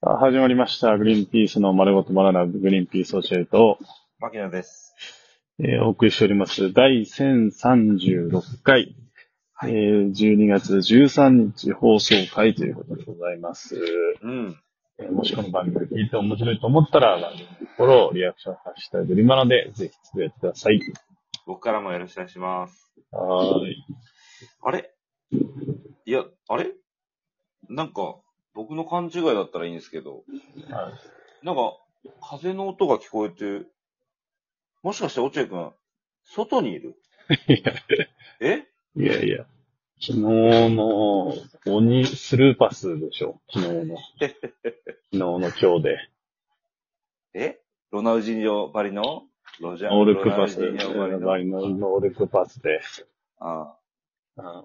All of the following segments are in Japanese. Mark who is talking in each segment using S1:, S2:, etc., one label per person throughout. S1: さあ、始まりました。グリーンピースの丸ごとバナナ、グリーンピース教えと、
S2: 牧野です。
S1: えーお送りしております。第1036回、えー12月13日放送回ということでございます。
S2: うん。
S1: えーもしこの番組聞いて面白いと思ったら、番組のフォロー、リアクション、ハッシュタグ、リマナでぜひつぶやいてください。
S2: 僕からもよろしくお願いします。
S1: はーい。
S2: あれいや、あれなんか、僕の勘違いだったらいいんですけど、
S1: はい
S2: なんか、風の音が聞こえて、もしかして落合くん、外にい る
S1: い
S2: え
S1: いやいや、昨日の鬼スルーパスでしょ。昨日の。昨日の今日で。
S2: えロナウジーニョバリのロジャー
S1: ノールックパス、
S2: ロナウジーニョバリの
S1: 場合のノールックパスで、
S2: ああ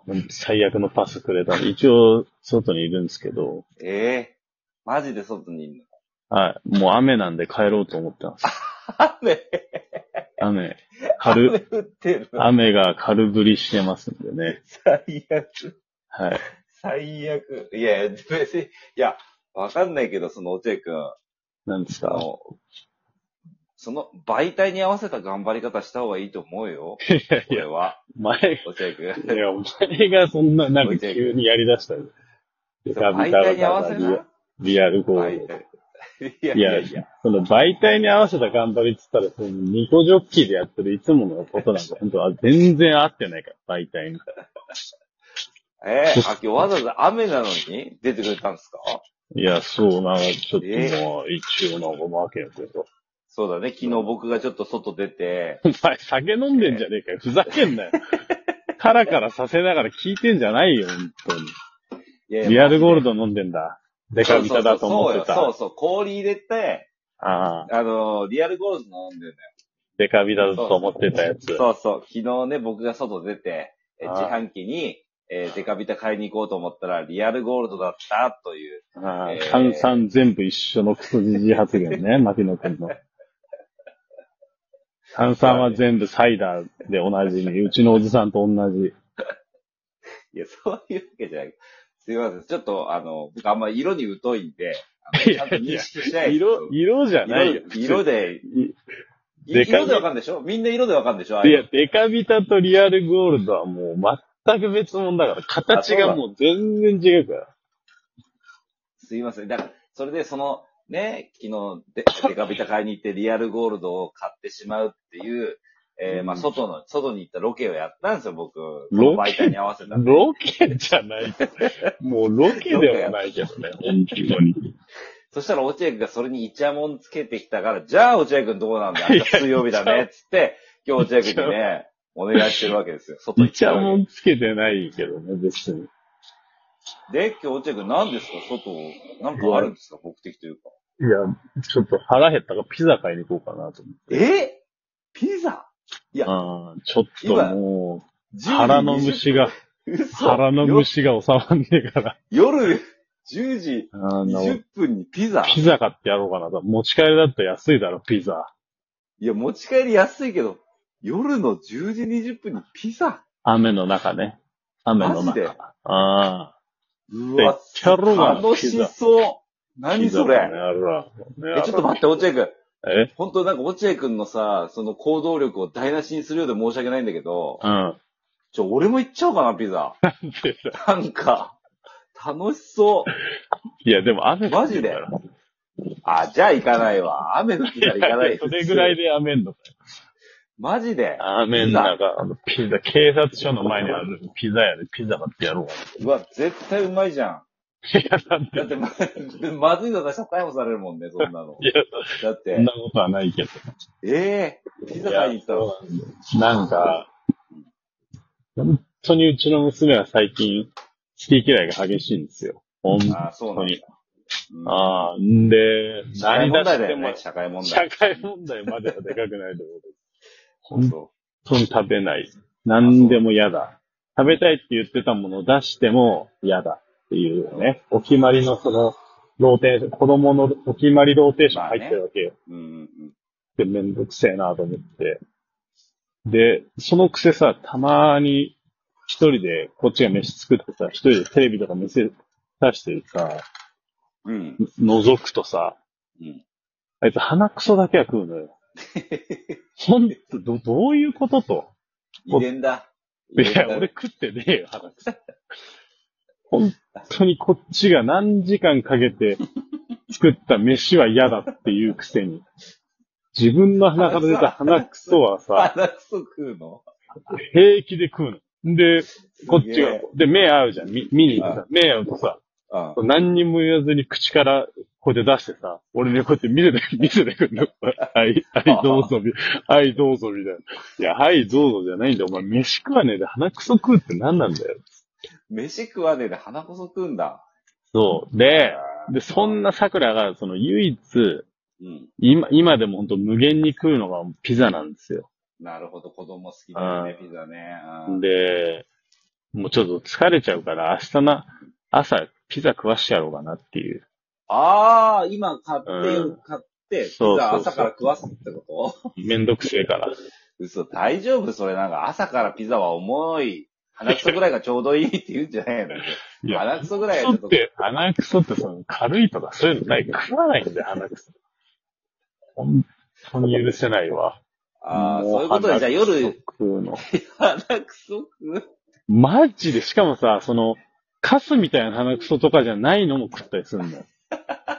S1: うん最悪のパスくれたんで、 一応、外にいるんですけど、
S2: ええマジで外にいるの
S1: はい、もう雨なんで帰ろうと思ってます。
S2: 雨
S1: 雨、
S2: 雨
S1: 軽、
S2: 降ってる。
S1: 雨が軽ぶりしてますんでね。
S2: 最悪。
S1: はい。
S2: 最悪。いやいや、別に、いや、わかんないけど、その落合くん、あ
S1: なんですか
S2: の、その媒体に合わせた頑張り方した方がいいと思うよ。
S1: いやい
S2: これ
S1: や、
S2: は、
S1: 前、
S2: 落合くん。
S1: いや、お前がそんな、なんか急にやり出したんで。ビ
S2: そ
S1: タ
S2: の
S1: ビ
S2: 媒
S1: タ
S2: 体に合わせ
S1: リア
S2: な。
S1: リアルゴー
S2: 媒
S1: ル。
S2: 体。いやい
S1: いや
S2: や
S1: い
S2: い
S1: や
S2: や。、
S1: その媒体に合わせた頑張りっつったら、そのニコジョッキーでやってるいつものことなんか、本当は全然合ってないから、媒体に。
S2: えー、あ、今日わざわざ雨なのに出てくれたんですか
S1: いや、そう、なんか、ちょっと
S2: え
S1: まあ、一応なんか、マーケットと。
S2: そうだね。昨日僕がちょっと外出て、
S1: お前、酒飲んでんじゃねえかよ。ふざけんなよ。カラカラさせながら聞いてんじゃないよ、本当に。
S2: いやいや
S1: リアルゴールド飲んでんだ。デカビタだと思って
S2: そうそうそうよ
S1: た。
S2: そうそう、氷入れて、
S1: ああ、
S2: あの、リアルゴールド飲んでね。
S1: デカビタだと思ってたやつ。
S2: そうそう。昨日ね、僕が外出て、え
S1: あ
S2: 自
S1: あ
S2: 販機に、えーデカビタ買いに行こうと思ったら、リアルゴールドだったという。
S1: ああ
S2: えー
S1: 換算全部一緒のクソじじ発言 ね、牧野くんの。炭酸は全部サイダーで同じに、うちのおじさんと同じ。
S2: いや、そういうわけじゃない。すいません。ちょっと、あの、僕あんま色に疎いんで、あの
S1: い
S2: ちゃ
S1: や
S2: んと
S1: い
S2: 認
S1: や
S2: 識しない
S1: 色、色じゃないよ。
S2: 色色で、
S1: い
S2: い
S1: でかい
S2: 色でわかるんでしょみんな色でわかるんでしょあ
S1: い
S2: れ
S1: や、デカビタとリアルゴールドはもう全く別物だから、形がもう全然違うから。
S2: すいません。だから、それでその、ね、昨日デ、デカビタ買いに行ってリアルゴールドを買ってしまうっていう、えーまあ、
S1: うん
S2: 外の、外に行ったロケをやったんですよ、僕。
S1: ロケ
S2: 媒体に合わせた。
S1: ロケじゃ ない。もうロケではないけどね、本当に。
S2: そしたら落合くんがそれにイチャモンつけてきたから、じゃあ落合くんどこなんだ
S1: いや
S2: 水曜日だねっつって、今日落合くんにね、お願いしてるわけですよ。外行
S1: い
S2: って
S1: ち
S2: る
S1: ゃも
S2: わ
S1: んつけてないけどね、別に。
S2: け。で、今日落合くん何ですか外を、なんかあるんですか目的というか。
S1: いや、ちょっと腹減ったからピザ買いに行こうかなと思って。
S2: えピザいや
S1: あーちょっともう、
S2: 10
S1: 腹の虫が、
S2: 嘘
S1: 腹の
S2: よ
S1: 虫が収まんねえから、
S2: 夜10時
S1: あの、
S2: 20分にピザ
S1: ピザ買ってやろうかなと。持ち帰りだったら安いだろ、ピザ。
S2: いや、持ち帰り安いけど、夜の10時20分にピザ
S1: 雨の中ね。雨の
S2: マジで
S1: 中。ああ。
S2: うわ、
S1: キャロが
S2: 楽しそう。何
S1: ピ
S2: そ
S1: ザの
S2: れ。
S1: やろう
S2: え、ちょっと待って、落合くん。
S1: え
S2: 本当なんか落合くんのさ、その行動力を台無しにするようで申し訳ないんだけど、
S1: うん。
S2: ちょ、俺も行っちゃおうかな、ピザ。
S1: でさ
S2: なんか、楽しそ
S1: いや、でも雨降ってるから
S2: マう。あ、じゃあ行かないわ。雨降ってたら行かないよ
S1: それぐらい。で雨んのかよ。
S2: マジで。
S1: 雨の中、あの、ピザ、警察署の前にあるピザ屋でピザ買ってやろうか
S2: うわ、絶対うまいじゃ
S1: な。いや、だっ
S2: ん。だって、 ままずいの出したら逮捕されるもんね、そんなの
S1: い。や
S2: だって
S1: そんな
S2: て、
S1: ことはないけど。
S2: ええピザ買いに行ったの。
S1: なんか、本当にうちの娘は最近、好き嫌いが激しいんですよ。本
S2: ああ、そうな
S1: 当
S2: んだ
S1: に。。ああ、んで、
S2: うん社会問
S1: 出
S2: 題
S1: し
S2: だ
S1: て
S2: よ
S1: も
S2: ね、社会問題。
S1: 社会問題まではでかくないと思うけど。
S2: そうそう
S1: 本当に食べない。何でも嫌だ。食べたいって言ってたものを出しても嫌だっていうね。お決まりのその、ローテーション、子供のお決まりローテーション入ってるわけよ。
S2: うんうんうん。
S1: で、めんどくせえなと思って。で、そのくせさ、たまに一人で、こっちが飯作ってさ、一人でテレビとか見せ出してるさ、
S2: うん。
S1: 覗くとさ、
S2: うん
S1: あいつ鼻くそだけは食うの よ。ほんと、ど、どういうことと。
S2: 遺伝だ。
S1: い
S2: 遺
S1: や
S2: 伝、だ
S1: 俺。食ってねえよ、鼻くそ。 本当にこっちが何時間かけて作った飯は嫌だっていうくせに。自分の鼻から出た鼻くそはさ、
S2: 鼻くそ食うの
S1: 平気で食うの。で、 こっちが
S2: すげえ、
S1: で、目合うじゃん。み見に行ってさ、目合うとさ、
S2: うん。
S1: 何にも言わずに口からこうやって出してさ、俺ね、こうやって見せ て、見せてくんだ。はい、はい、どうぞ、みはい、どうぞ、みたいな。いや、はい、どうぞじゃないんだよ。お前、飯食わねえで鼻くそ食うって何なんだよ。
S2: 飯食わねえで鼻こそ食うんだ。
S1: そう。で、で、そんな桜が、その唯一、
S2: うん。
S1: 今、今でも本当無限に食うのがピザなんですよ。
S2: なるほど、子供好きだよね、ピザね。うん
S1: で、もうちょっと疲れちゃうから、明日な、朝、ピザ食わしてやろうかなっていう。
S2: ああ、今買って、
S1: うん
S2: 買って、ピ
S1: そうそう
S2: ザ
S1: そう
S2: 朝から食わすってこと
S1: めんどくせえから。
S2: 嘘、大丈夫それなんか朝からピザは重い。鼻くそぐらいがちょうどいいって言うんじゃないの
S1: いや
S2: 鼻くそぐらいが
S1: 鼻くそっ
S2: ちょっと。
S1: て、鼻くそってその軽いとかそういうのない食わないんだよ、鼻くそ。本当に許せないわ。
S2: ああ、そういうことで、じゃあ
S1: もう鼻
S2: 夜、
S1: くそ食
S2: 鼻くそ食う
S1: うの。マジで、しかもさ、その、カスみたいな鼻くそとかじゃないのも食ったりする のよ。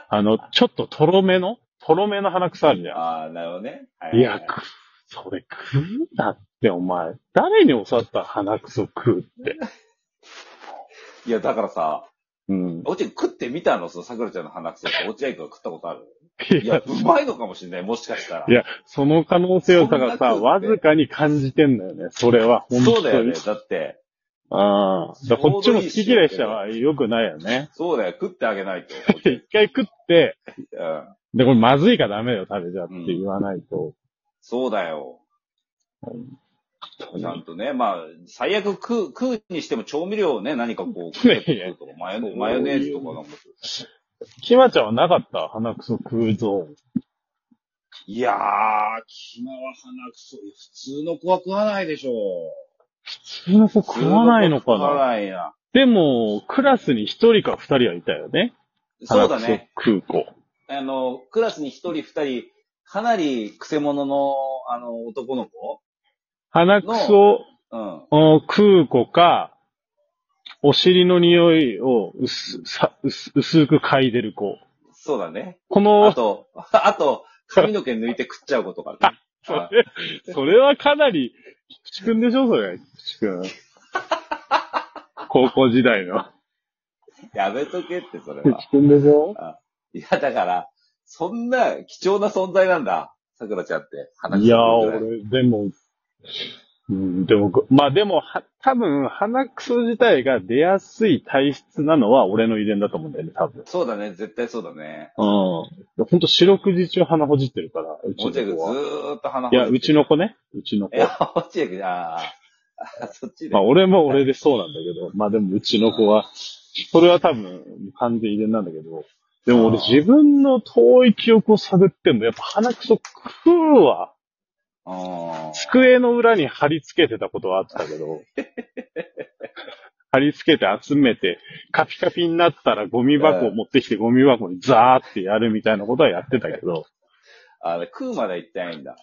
S1: あの、ちょっととろめのとろめの鼻くそあるじゃ
S2: ああ、なるほどね。ははは
S1: ん。いや、くそれ食うなって、お前。誰に教わった鼻くそ食うって。
S2: いや、だからさ、
S1: うん。
S2: 落合食ってみたのその桜ちゃんの鼻くそって落合君は食ったことあるい
S1: い
S2: や
S1: や、、
S2: うまいのかもしれない、もしかしたら。
S1: いや、その可能性をだからさ、
S2: そんな食うって
S1: わずかに感じてんだよね。それは、本当に。
S2: そうだよね。だって、
S1: ああ。だからこっちも好き嫌いしたら良くないよね。
S2: そうだよ、食ってあげないと。
S1: 一回食って、
S2: うん、
S1: で、これまずいからダメだよ、食べちゃって言わないと。
S2: そうだよ。
S1: 本
S2: ち
S1: 当
S2: ゃ
S1: に
S2: んとね、まあ、最悪食う、食うにしても調味料をね、何かこう、食って
S1: いやいや
S2: とかマヨネマヨネーズとかなんか。
S1: キマちゃんはなかった鼻くそ食うゾーン。
S2: いやー、キマは鼻くそ、普通の子は食わないでしょ
S1: 普通の子食わないのか
S2: 普通子は食
S1: な
S2: わないな。
S1: でも、クラスに一人か二人はいたよね。
S2: そうだね。。
S1: 食う子。
S2: あの、クラスに一人二人、かなりクセ者の、あの、男の子
S1: 鼻くそ
S2: うん。
S1: を食う子か、お尻の匂いを薄さ薄薄く嗅いでる子。
S2: そうだね。
S1: こ
S2: あ
S1: の、
S2: と、あと、髪の毛抜いて食っちゃうことからね。
S1: それ、それはかなり、菊池くんでしょそれ、菊池 くん。高校時代の。
S2: やめとけって、それ
S1: 菊
S2: は。
S1: 池くんでしょ
S2: いや、だから、そんな貴重な存在なんだ。桜ちゃんって。鼻く
S1: いやー、
S2: そぐらい
S1: 俺、でも、うん、でも、まあでも、は、多分、鼻くそ自体が出やすい体質なのは俺の遺伝だと思うんだよね、多分。
S2: そうだね、絶対そうだね。
S1: うん。ほんと四六時中鼻ほじってるから、う
S2: 落合
S1: ち
S2: 君
S1: の
S2: ず
S1: 子は。
S2: ーっと鼻
S1: いや、うち
S2: の。
S1: の子ね。うちの子
S2: い。や、落合君、あーあ、そっちで
S1: まあ、。俺も俺でそうなんだけど、まあでもうちの子は、それは多分完全遺伝なんだけど、でも俺
S2: あー
S1: 自分の遠い記憶を探ってんの、やっぱ鼻くそ食うわ。
S2: あー
S1: 机の裏に貼り付けてたことはあったけ ど、貼り付けて集めて、カピカピになったらゴミ箱を持ってきてゴミ箱にザーってやるみたいなことはやってたけど、
S2: あれ、食うまで行ってないんだ。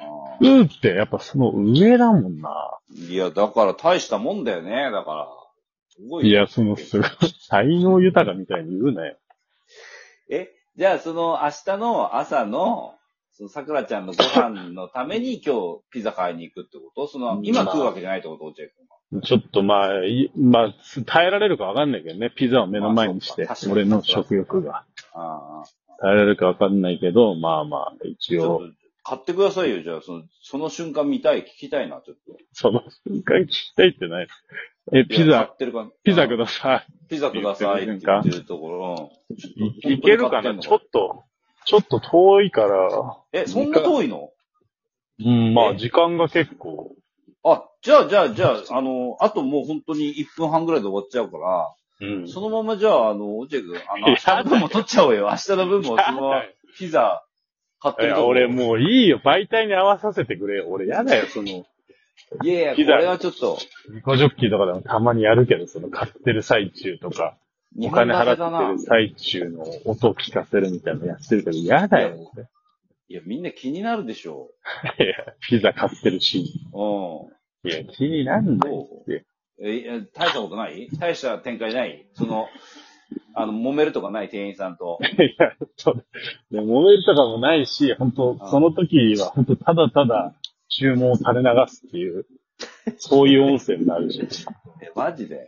S2: あ
S1: うーってやっぱその上だもんな。
S2: ーいや、だから大したもんだよね、だから。すごい
S1: い
S2: よ。
S1: や、そのすごい、才能豊かみたいに言うなよ。
S2: え、じゃあその明日の朝の、その桜ちゃんのご飯のために今日ピザ買いに行くってことその、今食うわけじゃないってこと落合君。
S1: ちょっとまあ、いまあ、す耐えられるかわかんないけどね、ピザを目の前にして
S2: まあそう、か
S1: 俺の食欲が。
S2: ああ。
S1: 耐えられるかわかんないけど、まあまあ、一
S2: ちょ
S1: 応、
S2: っと買ってくださいよ、じゃあ、その、その瞬間見たい、聞きたいな、ちょっと。
S1: その瞬間聞きたいってない。え、ピ
S2: いや買
S1: ザ、
S2: ってるか
S1: ピザく
S2: だ
S1: ださ
S2: ピザくださいって言ってるところ。
S1: い。いいけるかなちょっと、ちょっと遠いから、
S2: え、そんな遠いの
S1: うん、まあ
S2: え
S1: 時間が結構、
S2: あ、じゃあ、じゃあ、じゃあ、あの、あともう本当に1分半ぐらいで終わっちゃうから、
S1: うん。
S2: そのままじゃあ、あの、落合君、あの、
S1: い
S2: 明
S1: や
S2: 日の分も取っちゃおうよ。明日の分 も、そのままピザ買って
S1: い
S2: ると
S1: や、
S2: こ
S1: 俺もういいよ、媒体に合わさせてくれよ。俺やだよ、その、
S2: い やいや、こ
S1: ピザ
S2: れはちょっと、
S1: ニコジョッキーとかでもたまにやるけど、その買ってる最中とか。お金払
S2: 日本立てだな
S1: ってる最中の音を聞かせるみたいなのやってるけど、嫌だよ、ね。
S2: いや、みんな気になるでしょ
S1: いや、ピザ買ってるし。
S2: う。
S1: いや、気になんないって。
S2: うん。え、いや大したことない大した展開ないその、あの、揉めるとかない店員さんと。
S1: いや、そう。で、揉めるとかもないし、本当その時は本当ただただ注文を垂れ流すっていう、そういう音声になるし。
S2: え、マジで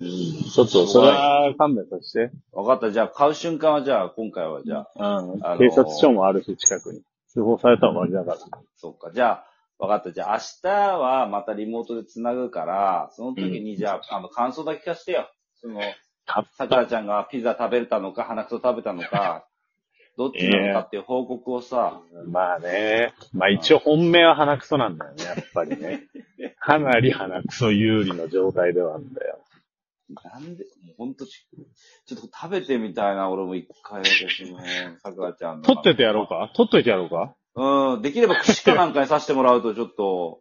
S1: うん、ちょっと、それは勘弁させて。
S2: わかった。じゃあ、買う瞬間は、じゃあ、今回は、じゃあ、
S1: うん
S2: あのー
S1: 警察署もあるし、近くに。通報されたら終わりだから。
S2: そっか。じゃあ、わかった。じゃあ、明日はまたリモートで繋ぐから、その時に、じゃあ、あの、感想だけ聞かせてよ。その、
S1: 買っ
S2: さくらちゃんがピザ食べれたのか、鼻くそ食べたのか、どっちなのかっていう報告をさ、
S1: まあね。まあ一応本命は鼻くそなんだよね、やっぱり ね。かなり鼻くそ有利の状態ではあるんだよ。
S2: なんで、もうほんとち、ちょっと食べてみたいな、俺も一回だけその、 さくらちゃんの。
S1: 取っててやろうか取っといてやろうか
S2: うん、できれば串かなんかに刺してもらうと、ちょっと、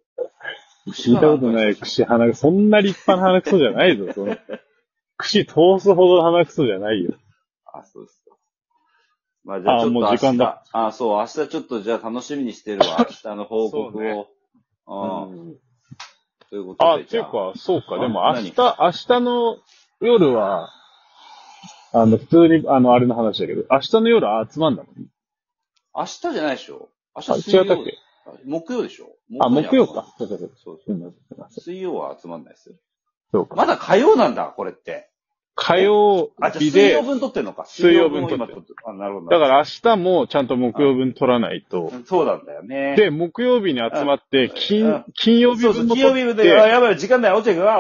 S1: 聞いたことない串鼻くそ、そんな立派な鼻くそじゃないぞ、その。串通すほどの鼻くそじゃないよ。
S2: あ、そうですか。まあ、じゃあ、
S1: あ
S2: ちょっと
S1: もう
S2: 明日
S1: 時間だ。
S2: あ、そう、明日ちょっと、じゃあ楽しみにしてるわ。明日の報告
S1: そう
S2: を。
S1: ね
S2: うん。ということ
S1: あ、
S2: で。
S1: っていう
S2: じゃ
S1: か、
S2: あ。
S1: そうか、
S2: あ
S1: でも明
S2: 何
S1: 日、明日の夜は、あの、普通に、あの、あれの話だけど、明日の夜は集まんだもん。
S2: 明日じゃないでしょ明
S1: あ、
S2: 日水
S1: 違
S2: 曜
S1: ったっけ
S2: 木曜でしょ
S1: あ、木曜。
S2: に集まる
S1: か。そうそうそう。
S2: そうそ
S1: す
S2: う。
S1: いませんすいません
S2: 水曜は集まんないですよ。
S1: そうか。
S2: まだ火曜なんだ、これって。
S1: 火曜
S2: あ、じゃ
S1: 日
S2: あ水
S1: で
S2: 曜、分撮ってんのか。
S1: 水曜分
S2: 水を今
S1: 撮って
S2: 撮ってあ、なるほど。
S1: だから明日もちゃんと木曜分取らないと。
S2: ら。そうなんだよね。
S1: で、木曜日に集まって、
S2: う
S1: 金
S2: ん、
S1: 金曜日
S2: そうそ
S1: 分
S2: う、
S1: も
S2: 金
S1: 取っ
S2: 曜
S1: て
S2: 日で、あ、やばい、時間ない、落ちてくる。あ